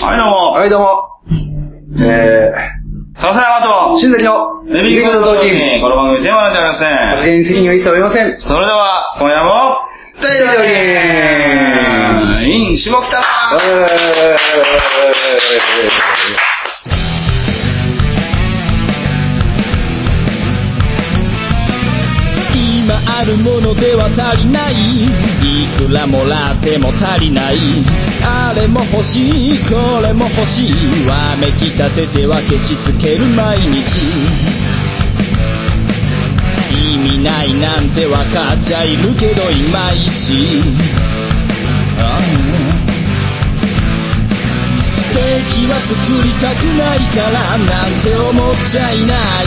はい、どうも。え笹山ー、と、新崎の、ネビークの時に、この番組テーマなんじゃありま発せん。言に責任は一切おりません。それでは、今夜も、大丈夫です。イン、下北沢今あるものでは足りないいくらもらっても足りないあれも欲しいこれも欲しいわめきたててはケチつける毎日意味ないなんてわかっちゃいるけどいまいちああ敵は作りたくないからなんて思っちゃいない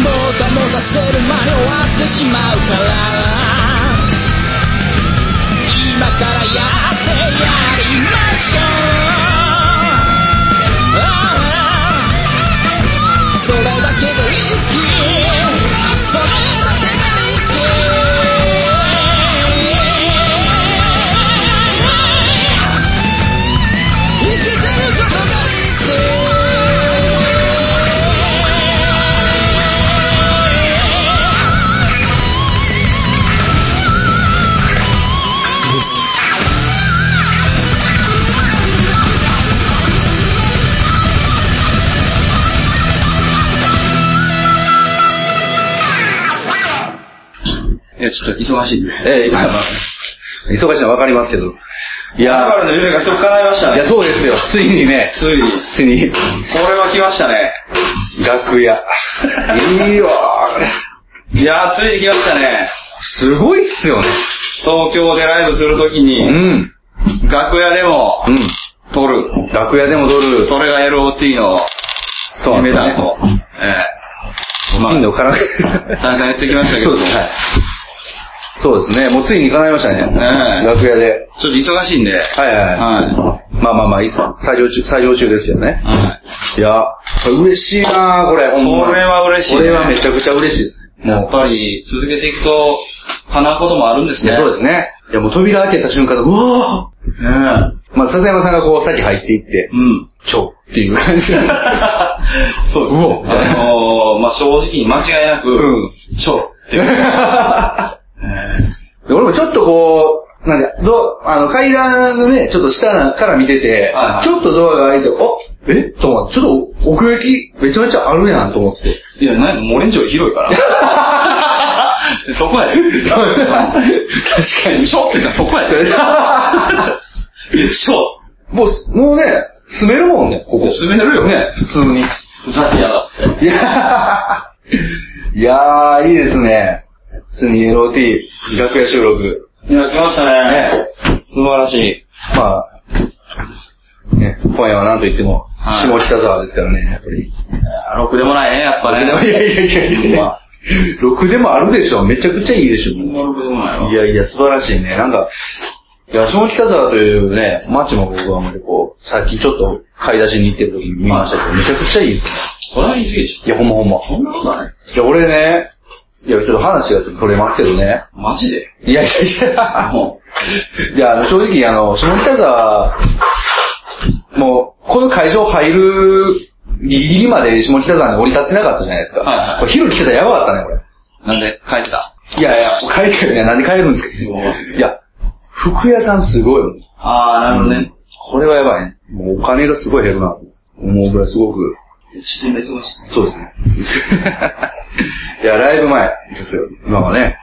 もたもたしてる間に終わってしまうから今からやってやりましょうああそれだけでリスキーそれだけがリスキー生きてることがリスキーいや、ちょっと忙しいんで。えー、今、忙しいのはわかりますけど。い我や々の夢が一つ叶いましたー、いね。や、そうですよ。ついにね、ついに。ついに、これは来ましたね。楽屋。いいわいやー、ついに来ましたね。すごいっすよね。東京でライブするときうに、ん。楽屋でもう、ん。撮る。楽屋でも撮る。それが LOT のそうなんで夢すよだね。と。ええ。まあ頻度から。散々言ってきましたけそどうです はいそうですね。もうついに叶いましたね。ええ楽屋で。ちょっと忙しいんで。はい。はいはい。はまあまあまあ、いいっす作業中、作業中ですよね。いや、嬉しいなぁ、これ。ほんまこれは嬉しいねこれはめちゃくちゃ嬉しいですね。やっぱり続けていくと、叶うこともあるんですいね。や、そうですね。いや、もう扉開けた瞬間、うわす。ねぁまあ、笹山さんがこう、先入っていってえ。う、 ん。ちょっていう感 じなんでそうですうねお。あのー、まあ、正直に間違いなく、うんちょっていう。で俺もちょっとこう、なんで、どう、あの、階段のね、ちょっと下から見てて、はいはいちょっとドアが開いて、おえと思って、ちょっと奥行きめちゃめちゃあるやんと思って。 いや、なんか、モレンジョ広 いから。そこやで。確かに。ちょって言ったらそ こやで。いやちょもう、もうね、住めるもんね、ここ。住めるよね、普通に。ザティアだって。いやー、い やー、いいですね。普通に LOT、楽屋収録。いや、来ましたね。素晴らしい。まあ、ね、今夜は何と言っても、はい下北沢ですからね、やっぱり。あろくでもないね、やっぱね。いやいやいやいやいやいまやあ。ろくでもあるでしょ。めちゃくちゃいいでしほんまょ。ろくでもないわ。いやいや、素晴らしいね。なんか、いや、下北沢というね、街も僕はもうこう、さっきちょっと買い出しに行ってる時に見ましたけど、めちゃくちゃいいですね。それは言い過ぎでしいや、ほんまほんま。ょ。そんなことはない。いや、俺ね、いや、ちょっと話がちょっと取れますけどね。マジで。いやいやいや、もいや、あの、正直、あの、下北沢、もう、この会場入るギリギリまで下北沢に降り立ってなかったじゃないですか。はいはいこれ昼来てたらやばかったね、これ。う、なんで、帰ってた。いやいや、もう帰ってるね。なんで帰るんですもかういや、服屋さんすごいよ。あー、なるほどね。これはやばいね。もうお金がすごい減るな、と思うぐらいすごく。ちょっと今忙しい。そうです ね。いや、ライブ前ですよ。今はね。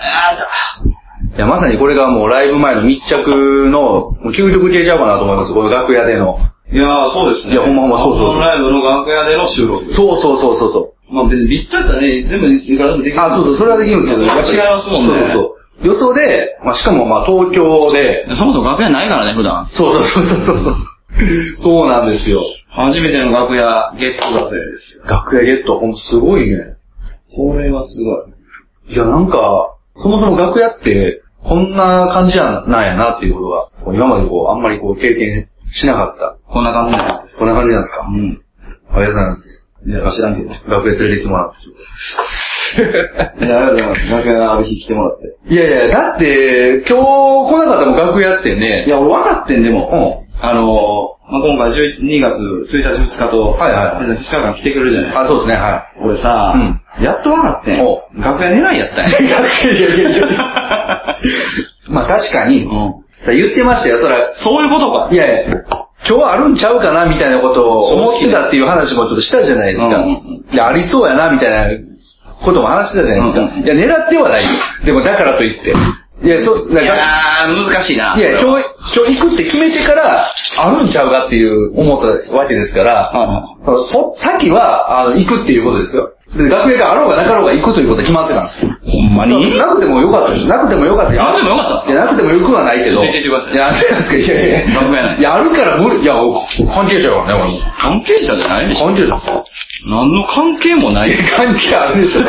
あー、じゃいや、まさにこれがもうライブ前の密着の、もう究極消えちゃうかなと思います。この楽屋での。いやー、そうですね。いやほんまほんまそうそうそうアップライブの楽屋での収録。そうそうそうそうそう。まあ別にビットやったらね、全部いくらでもできる。あ、そうそう、それはできるんですけど。違いますもんね。そうそうそう。よそで、まあ、しかもまあ東京で、そもそも楽屋ないからね、普段。そうそうそうそうそう。そうなんですよ。初めての楽屋、ゲットだぜですよ。楽屋ゲット、ほんとすごいね。これはすごい。いや、なんか、そもそも楽屋って、こんな感じなんなんやなっていうことが、こう今までこう、あんまりこう、経験しなかった。こんな感じだ。こんな感じなんですかうん。ありがとうございます。いや知らんけど楽屋連れてきてもらって。いや、ありがとうございます。楽屋ある日来てもらって。いやいや、だって、今日来なかったもん楽屋ってね。いや、俺分かってんでうも、ん。あのー、まあ、今回11、2月1日、2日と、はいはい2日間来てくれるじゃないですか。あ、そうですね、は俺さ、やっと分かっておん。 楽屋狙いやったんや。い。いやいやいやいや。まあ確かに、 うんさ言ってましたよ、そら、そういうことか。いやいや、今日あるんちゃうかなみたいなことを思ってたっていう話もちょっとしたじゃないですか。うんうんでありそうやなみたいなことも話してたじゃないですか。うんうんいや、狙ってはないよ。でもだからといって。いや、そ、いなやんか、ー、難しいな。いや、今日、今日行くって決めてから、あるんちゃうかっていう思ったわけですから、はそのそさっきは、あの、行くっていうことですよ。で学園があろうがなかろうが行くということは決まってたんですよ。いはいほんまになくてもよかったです。なくてもよかったです。なくてもよかったんいですや、なくてもよくはないけど。ちょっと言ってくださいいや、なんですか、いやいやいや。楽屋ないいや、あるから無理。いや、お関係者やからね、関係者じゃない俺でしょ。関係 者。何の関係もない。関係あるでしょ、こ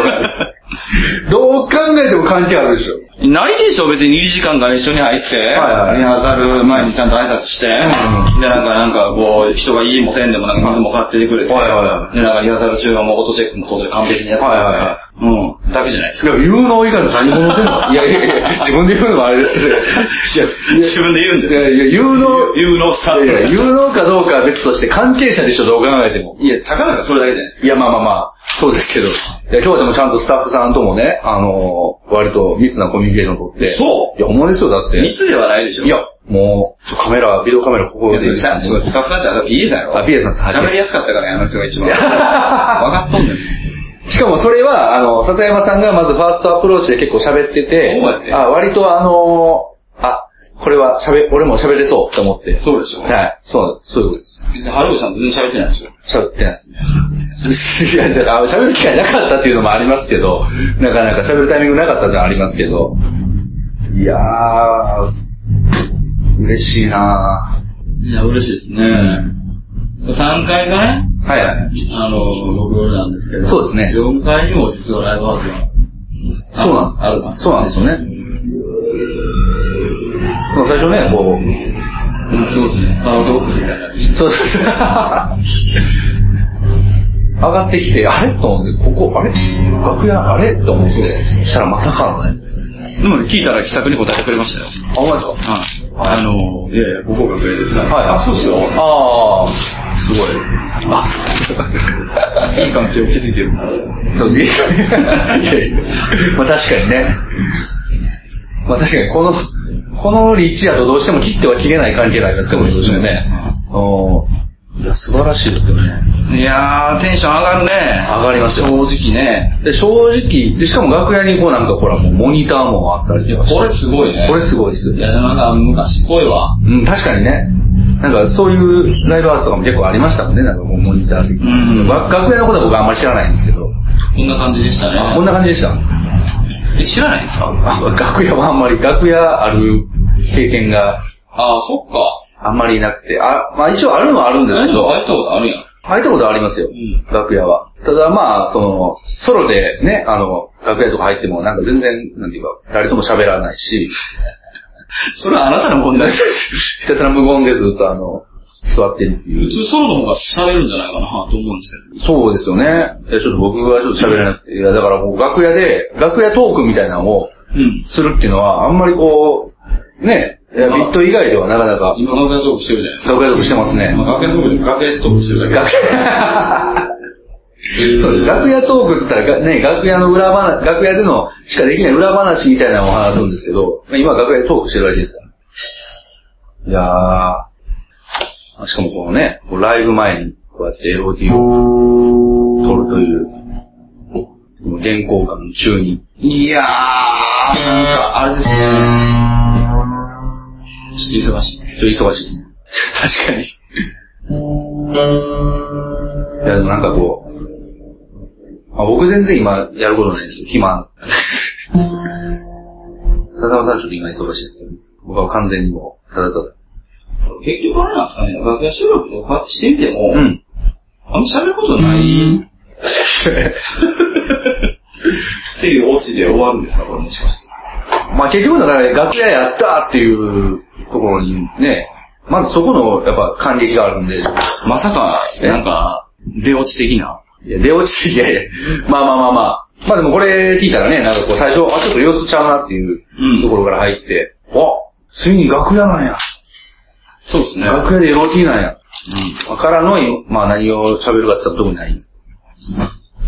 れどう考えても関係あるでしょ。ないでしょ、別に2時間から一緒に入って、はいはいリハーサル前にちゃんと挨拶して、んで、なんか、なんか、こう、人が家もせんでも、なんか水も買っててくれて、はいはいはいで、なんかリハーサル中はもうオートチェックもそうで完璧にやって、はいはいはうん、だけじゃないですいか。や、有能以外の何者で も。いやいやいや、自分で言うのもあれですけど。いや、いや自分で言うんいですよ。やいや、有能、い有能スタやッいや、フ。有能かどうかは別として関係者でしょ、どう考えても。いや、たかだかそれだけじゃないですか。いや、まあまあまあ、そうですけど。いや、今日はでもちゃんとスタッフさんともね、あのー割と密なコミュニケーションを取って。そいうや、おもろいですよ、だって。密ではないでしょ。いや、もう、ちょカメラ、ビデオカメラ、ここいでや、それさ、そうスタッフさんちゃんと PA だろ。あ PA さんですはい喋りやすかったからね、あの人が一番。い分やかっとんねん。しかもそれは、あの、笹山さんがまずファーストアプローチで結構喋っててそうや、ねあ、割とあのーあ、これは喋、俺も喋れ そうって思って。そうでしょはい。そう、そういうことです。別にハルウさん全然喋ってないでしょ。喋ってないですね。いや、だから喋る機会なかったっていうのもありますけど、なかなか喋るタイミングなかったってのはありますけど、いやー、嬉しいないや、嬉しいですね。3階がね、ーはいはい。あの、僕なんですけど。そうですね4階にも実はライブハウスが。そうなんあるなそうなんですよね。そう最初ね、こうん、そうですね。カラオケボックスみたいな感じう、そうそうそう。上がってきて、あれと思って、ここ、あれ楽屋、あれと思って、そしたらまさかのね。でもね、聞いたら気さくに答えてくれましたよ。あ、お前ですかはい。あの、いやいや、ご報告ですね。はい。あ、そうですよ。ああ、すごい。あ、 いい関係を築いてる。そう。そう、いやいやいやまあ確かにね。まあ確かに、この、この立地だとどうしても切っては切れない関係がありますけどね、どうしてもね。おーいや、素晴らしいですよね。いやー、テンション上がるね。上がりますよ正直ね。で、正直、で、しかも楽屋にこうなんかほら、もうモニターもあったりとかしてこれすごいねこれすごいですよい。や、なんか昔っぽいわ。うん、確かにね。なんかそういうライブハウスとかも結構ありましたもんね、なんかこうモニター的に。うんが楽屋のことは僕はあんまり知らないんですけど。こんな感じでしたあこんね。な感じでした。え、知らないんですかあ楽屋はあんまり、楽屋ある経験があー、そっか。あんまりなくて、あ、まあ一応あるのはあるんですけど、会えたことあるやん。入ったことはありますよ、ん楽屋は。ただまあ、その、ソロでね、あの、楽屋とか入ってもなんか全然、なんていうか、誰とも喋らないし、それはあなたの問題です。ひたすら無言でずっとあの、座ってるっていう普。通ソロの方が喋るんじゃないかなと思うんですけそうですよね。いや、ちょっと僕はちょっと喋れなくて、いや、だからこう楽屋で、楽屋トークみたいなのをど。うん。するっていうのは、あんまりこう、ね、いやビット以外ではなかなか、今楽屋トークしてるじゃないですか。楽屋トークしてますね。今楽屋トークで楽屋トークしてるだ楽 屋そうです楽屋トークって言ったらが、ね、楽屋の裏話、楽屋でのしかできない裏話みたいなのを話すんですけど、まあ今楽屋でトークしてるわけですから。いやーあ、しかもこのね、こうライブ前にこうやって LOT を撮るという、この原稿感中に。け。いやー、なんかあれですね。ちょっと忙しい。ちょっと忙しいですね。 確かに。いや、でもなんかこう、まあ、僕全然今やることないですよ。 暇。笹山さんはちょっと今忙しいですけど、僕は完全にもう、ただただ、結局あれなんですかね、楽屋収録とかこうやってしてみても、うん。あんま喋ることないっていうオチで終わるんですか、これもしかして。 まあ結局だから楽屋やったっていうところにね、まずそこのやっぱ感激があるんで、まさか、えなんか、出落ち的な。いや、出落ちて、いやいや、まあまあまあまあ。まあでもこれ聞いたらね、なんかこう最初、あ、ちょっと様子ちゃうなっていううんところから入って、あ、ついに楽屋なんや。そうですね。うん。楽屋で LT なんや。まあからの、まあ何を喋るかって言ったら特にないんです。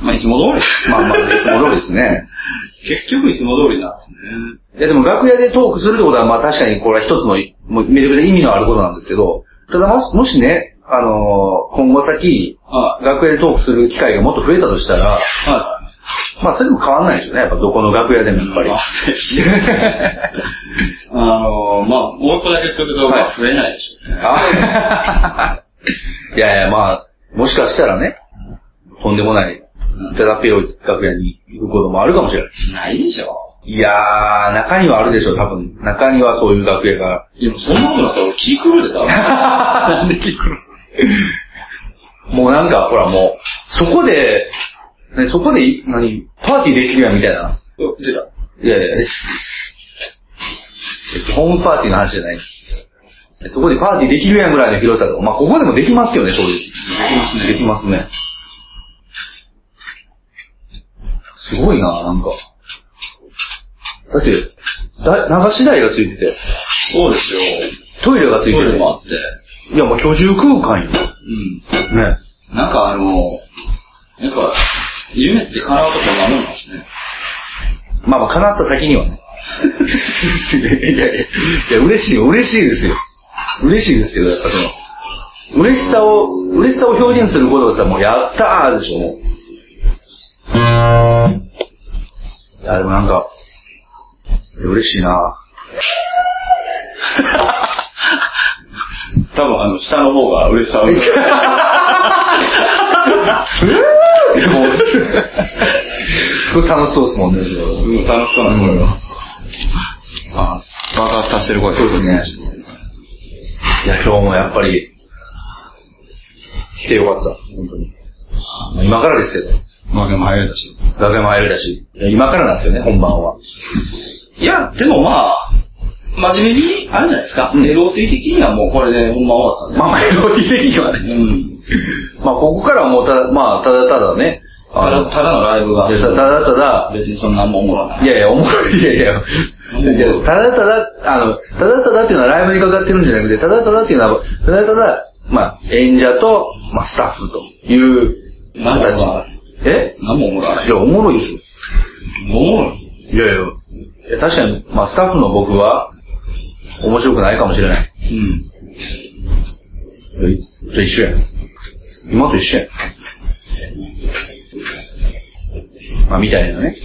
まあ、いつも通り。まあまあ、いつも通りですね。 結局いつも通りなんですね。いやでも楽屋でトークするってことは、まあ確かにこれは一つの、もうめちゃくちゃ意味のあることなんですけど、ただもしもしね、あのー今後先、はい。楽屋でトークする機会がもっと増えたとしたら、はまあそれでも変わんないですよね。やっぱどこの楽屋でもやっぱりまあ。 い。あのー、まあ、もう一個だけ言っとくと、はいまあ、増えないでしょうね。あいやいや、まあ、もしかしたらね、とんでもない、ザラペロ楽屋に行くこともあるかもしれない。ないでしょ。いやー、中にはあるでしょ、多分。中にはそういう楽屋が。 いや、もうそんなことだったら俺気狂うでたわ。なんで聞くのもうなんか、ほらもう、そこで、ね、そこで、何、パーティーできるやんみたいな。お出た。いやいや、ホームパーティーの話じゃないです。そこでパーティーできるやんぐらいの広さとか、まあここでもできますけどね、正きます直。ねできますね。すごいな、なんか。だって、だ流し台がついてて、そうですよ。トイレがついてトイレて、もあって。いやもう居住空間よ。うね。ん。なんかあのー、やっぱ、夢って叶うとこなもんなんですね。まあまあ叶った先に はね。いやいや、いや嬉しい、嬉しいですよ。嬉しいですけど、やっぱその、嬉しさを、嬉しさを表現することはもうやったーでしょ、もう。いや、でもなんか、いや嬉しい な多分あの、下の方が嬉しさを。ぁ。でもすごい楽しそうですもんね、それはうん、楽しそうな声が。あ、爆発させてる声そうですね。いや、今日もやっぱり、来てよかった、本当に。まあ今からですけど。まあでも早いだし。楽屋も入るだし、いや今からなんですよね、本番は。いや、でもまあ、真面目に、あるじゃないですか。うん LOT 的にはもうこれで本番終わっまあまあ、LOT 的にはたね。ね。うん。まあ、ここからはもうただ、まあ、ただただね、たあだ、の、ただのライブが。いやたただただ、別にそんなもんおもろない。いやいや、おもろい、いやいや、いやただただ、あの、ただただっていうのはライブにかかってるんじゃなくて、ただただっていうのは、ただただ、まあ、演者と、まあ、スタッフというなんだ形まあ。えなんもおもろないい。や、おもろいでしょ。おもろい。いやいや、いや確かに、まあ、スタッフの僕は、面白くないかもしれない。うん。えじゃあ一緒やん。今と一緒やん。まあ、みたいなね。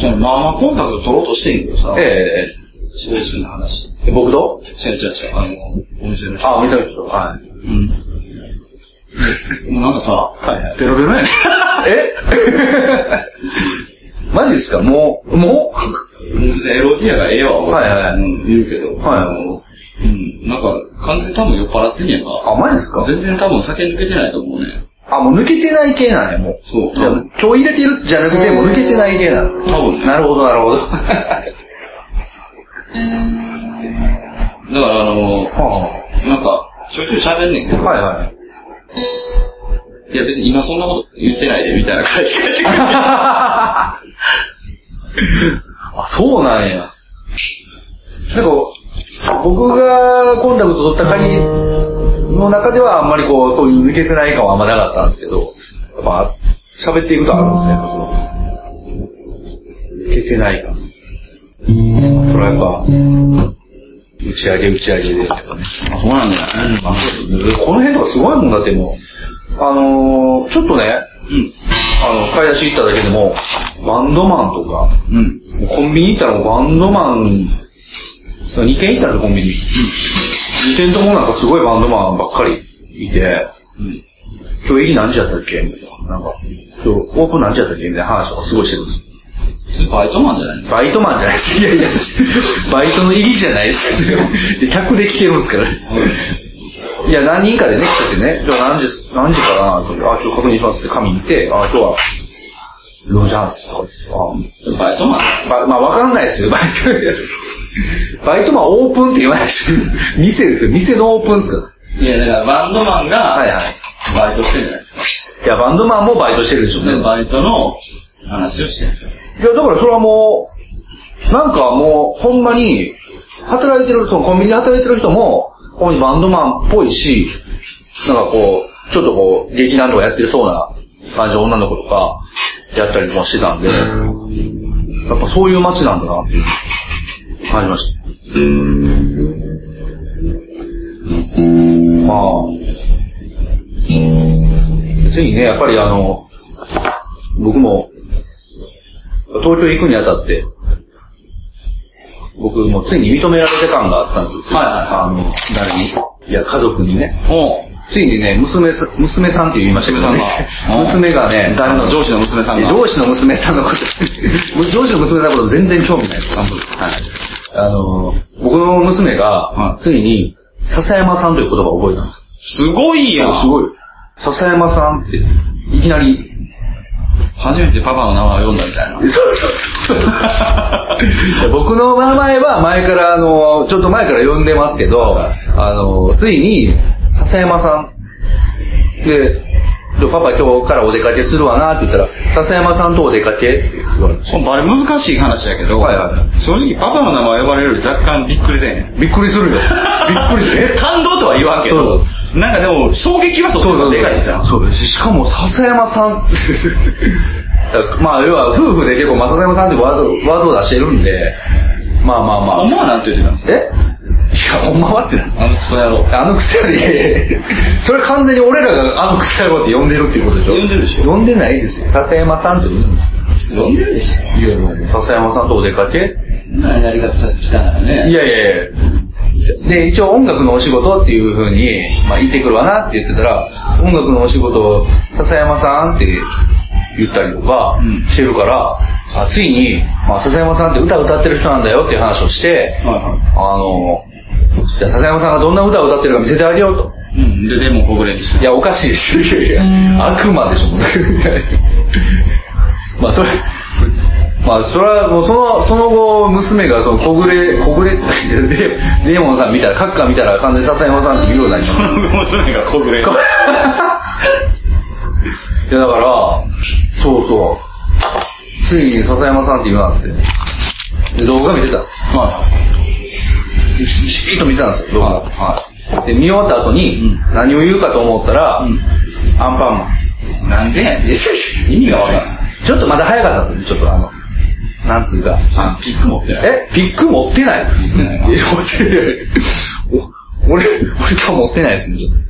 じゃあ、まあまあコンタクト取ろうとしてんけどさ。えええ。え正直な話。ええ僕と違う違う違う、あの、お店の人。あ、お店の人。はうん。もうなんかさ、いはいベロベロやね。い。え マジですかもう、もう別にエロティアがええわ、はいはいうん、言うけど。はいはいあのうん、なんか、完全に多分酔っ払ってんねやんか。あ、マジですか全然多分酒抜けてないと思うね。あ、もう抜けてない系なんや、もう。そうじゃあ今日入れてるじゃなくて、もう抜けてない系なの。多分ね。なるほど、なる ほど。だからあの、はなんか、ちょいちょい喋んねんけあど、はいはい。いや別に今そんなこと言ってないで、みたいな感じが してくる。 あ、そうなんや。なんか、僕がコンタクト取った限りの中ではあんまりこう、そういう抜けてない感はあんまなかったんですけど、やっぱ、喋っていくとあるんですね、その、抜けてない感。それはやっぱ、打ち上げ打ち上げでとかね。あ、そうなんだよね。この辺とかすごいもんだってもう、あのーちょっとね、うん。あの、買い出し行っただけでも、バンドマンとか、うん。コンビニ行ったらもうバンドマン、2軒行ったんですよ、コンビニ。2軒ともなんかすごいバンドマンばっかりいて、うん。今日駅何時やったっけみたいな。なんか、今日オープン何時やったっけみたいな話とかすごいしてるんですよ。バイトマンじゃないですか。バイトマンじゃないです。いやいや、バイトの入りじゃないですよ。客で来てるんですから。いや、何人かでね、来ててね、今日何時、何時かなとあ、今日確認しますって紙見て、あ、今日は、ロジャースとかですよ。それバイトマンあばまあ、わかんないですよ、バイト。バイトマンオープンって言わないし、店ですよ、店のオープンですから。いや、だからバンドマはンいがはい。バイトしてるじゃないですか。いや、バンドマンもバイトしてるでしょうね。そのバイトの話をしてるんですよ。いや、だからそれはもう、なんかもう、ほんまに、働いてる、そのコンビニで働いてる人も、ここにバンドマンっぽいし、なんかこう、ちょっとこう、劇団とかやってるそうな感じの女の子とか、やったりもしてたんで、やっぱそういう街なんだなっていう、感じました。まあ、別にね、やっぱりあの、僕も、東京行くにあたって、僕もうついに認められて感があったんですよ。はいあの、誰にいや、家族にね。おうついにね、娘さん、娘さんって言いましたけどね娘娘がね、誰の上司の娘さんが。上司の娘さんのこと、 上司の娘さんのこと全然興味ないです。はい。あの、僕の娘がは、ついに、笹山さんという言葉を覚えたんですよ。すごいやん。すごい。笹山さんって、いきな り、初めてパパの名前を読んだみたいな。そうそうそう。僕の名前は前から、あの、ちょっと前から呼んでますけど、あの、ついに、笹山さん。で、でパパ今日からお出かけするわなって言ったら、笹山さんとお出かけって言われましこれバレ難しい話だけど、はいはいは正直パパの名前呼ばれるより若干びっくりせえへん。 た。びっくりするよ。 びっくりする。え感動とは言わんけどそ、なんかでも衝撃はそっちの方がでかいじゃん。そうですしかも笹山さんだから まあ要は夫婦で結構笹山さんってワードワードを出してるんでまあまあまあほんまはなんて言ってたんですかえいやほんまはってなんですかあのクソ野郎。あの癖より、 それ完全に俺らがあの癖やろって呼んでるっていうことでしょ呼んでるでしょ呼んでないですよ。笹山さんって言うんです呼んでるでしょ。いや、もう、笹山さんとお出かけなやり方したからいね。やいやいや。で、一応音楽のお仕事っていうふうに、まあ、行ってくるわなって言ってたら、音楽のお仕事を笹山さんって言ったりとかうんしてるから、あついに、まあ、笹山さんって歌歌ってる人なんだよっていう話をして、はあの、じゃあ笹山さんがどんな歌を歌ってるか見せてあげようと。いはい。うん。で、でもこぼれにした。いや、おかしいです。いやいや、悪魔でしょ、 まあ、それ、まあ、それは、もう、その、その後、娘が、その、小暮、小暮って、で、デーモンさん見たら、カッカー見たら、完全に笹山さんって言うようになりまそしの娘がこぼれ。た。いや、だから、そうそう。ついに笹山さんって言うようになって。で、動画見てたんですはい。じじーっと見てたんですよ、動画。はい。で、見終わった後に、何を言うかと思ったら、うんアンパンマン。なんでやねんいやいやいや意味がわからん。ちょっとまだ早かったですね、ちょっとあの、なんつうか。あ、ピック持ってない。え、ピック持ってない持ってないえな持ってる。お俺、俺今日持ってないですね、ちょっと。ち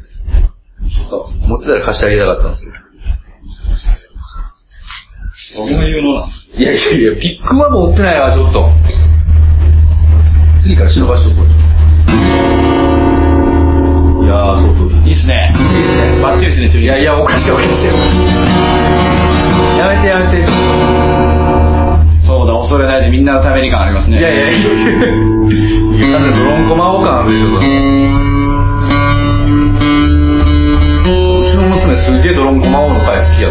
ょっと持ってたら貸してあげたかったんですけど。僕も有能なんですいやいやいや、ピックは持ってないわ、ちょっと。次から忍ばしておこう。いやー、そうそう。いいっすね。いいですね。バッチリですね、チュいリやいや、おかしいおかしい。やめてやめて。そうだ、恐れないでみんなのために感ありますいね。やいやいやいや。なんかドロンコ魔王感あるでしょ。うちの娘すげえドロンコ魔王の回好きや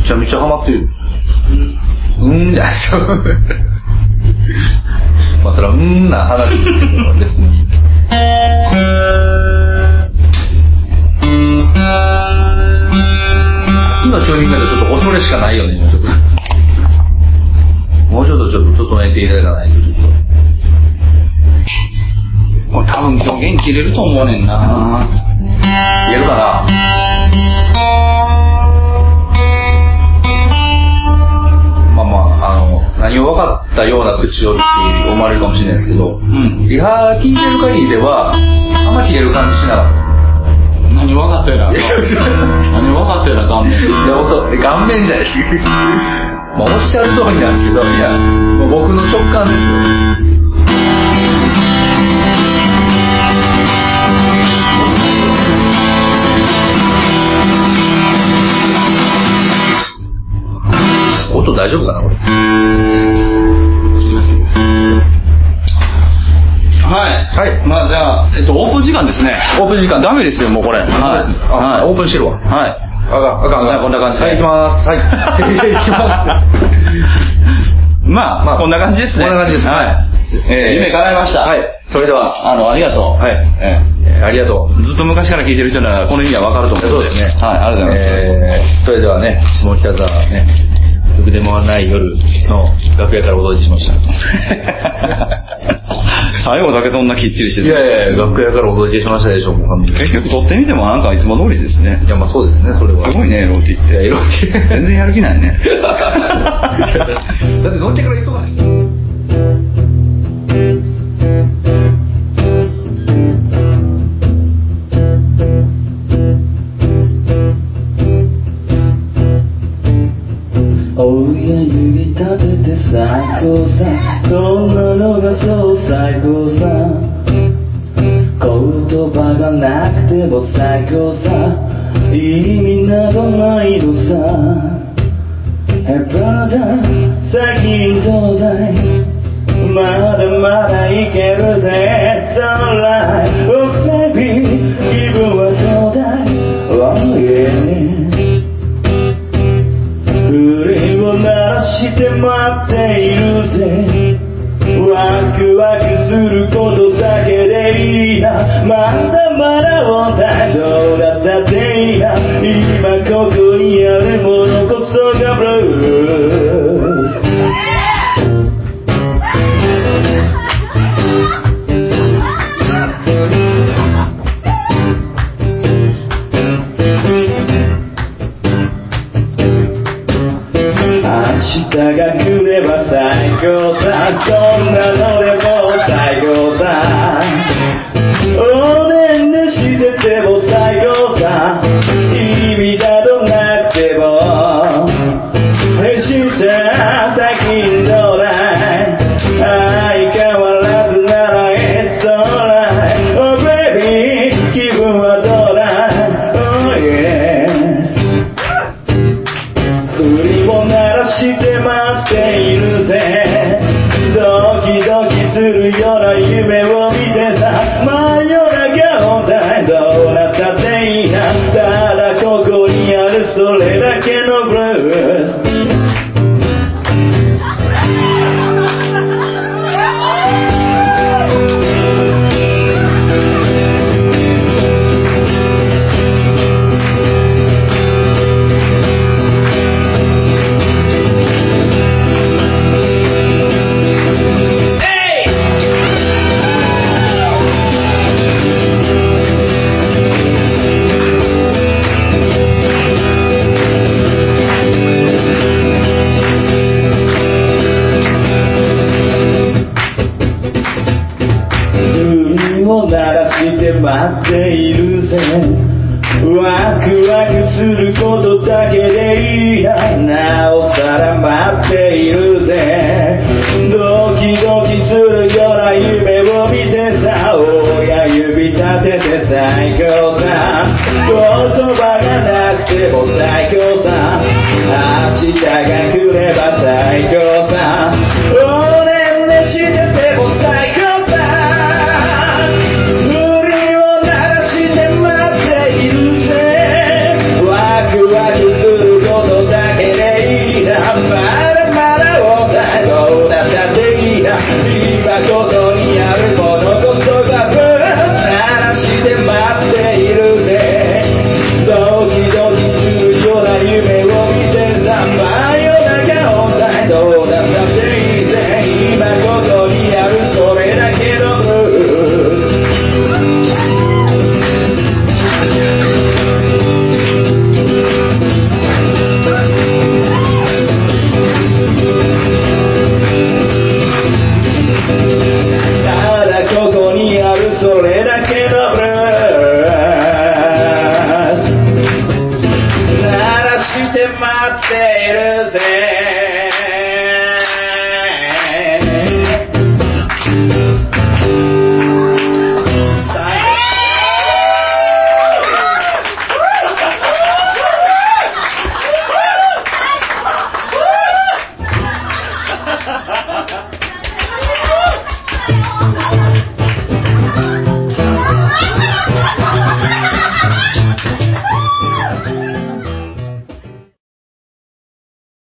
めちゃめちゃハマってる。うんじゃない まあそれはうんな話ですけど別に。木のチューニングだとちょっと恐れしかないよね、今ちょっと。もうちょっとちょっと整えていただかないと、ちょっと。もう多分今日元気出ると思うねんな言えるかなまあまあ、あの、何を分かったような口をって思われるかもしれないですけど、うん。リハ聞いてる限りでは、あんま消える感じしなかったですね。何分かったよな。何分かったよな、顔面。いや、ほんと、顔面じゃない です。まあ、おっしゃる通りなんですけど、いや、もう僕の直感ですよ。大丈夫かな、これ。すいませんはい。はいまあじゃあ、えっと、オープン時間ですね。オープン時間ダメですよ、もうこれ。はい。あ、はオープンしてるわ。い。はい。あかん、あかん、あじかゃあん。こんな感じではい、行きます。 はい。 行きます。まあ、まあこんな感じですね。こんな感じですはい。えーえ夢叶いました。はい。それでは、あの、ありがとう。はいええーありがとう。ーずっと昔から聞いてる人なら、この意味はわかると思うのそうですねはい、ありがとうございます。えーそれではね、下北沢ね、ろくでもない夜の楽屋からお届けしました。 最後だけそんなきっちりしいてやいやいや、楽屋からお届けしましたでしょう、もう完全に結局撮ってみてもなんかいつも通りですねい。や、まあそうですね、それは。すごいね、ローティっいや、て。色気。。全然やる気ないね だって乗ってから忙しい。おや指立てて最高さどんなのがそう最高さ言葉がなくても最高さ意味などないのさ Hey brother 先どうだいまだまだいけるぜ It's alright Oh baby 気分はどうだい Oh yeah 震えを鳴らして待っているぜワクワクすることだけでいいやまだまだ問題どうだったっていいや今ここにあるものこそがブルース明日が来れば最高だどんなのでも最高だおねんねしてても最高だ意味などなくても変身した先どうだい相変わらずなら It's alright Oh baby 気分はどうだ Oh yeah 振りを鳴らして待っているぜドキドキするような夢を見てた真夜中本題どうなったっていいなただここにあるそれだけのブルース海を鳴らして待っているぜワクワクすることだけでいいやなおさら待っているぜドキドキするような夢を見てさ親指立てて最強だ言葉がなくても最強さ明日が来れば最強さ俺ねしてても最強さ無理を鳴らして待っているぜワクワクすることだけでいいなまだまだ問題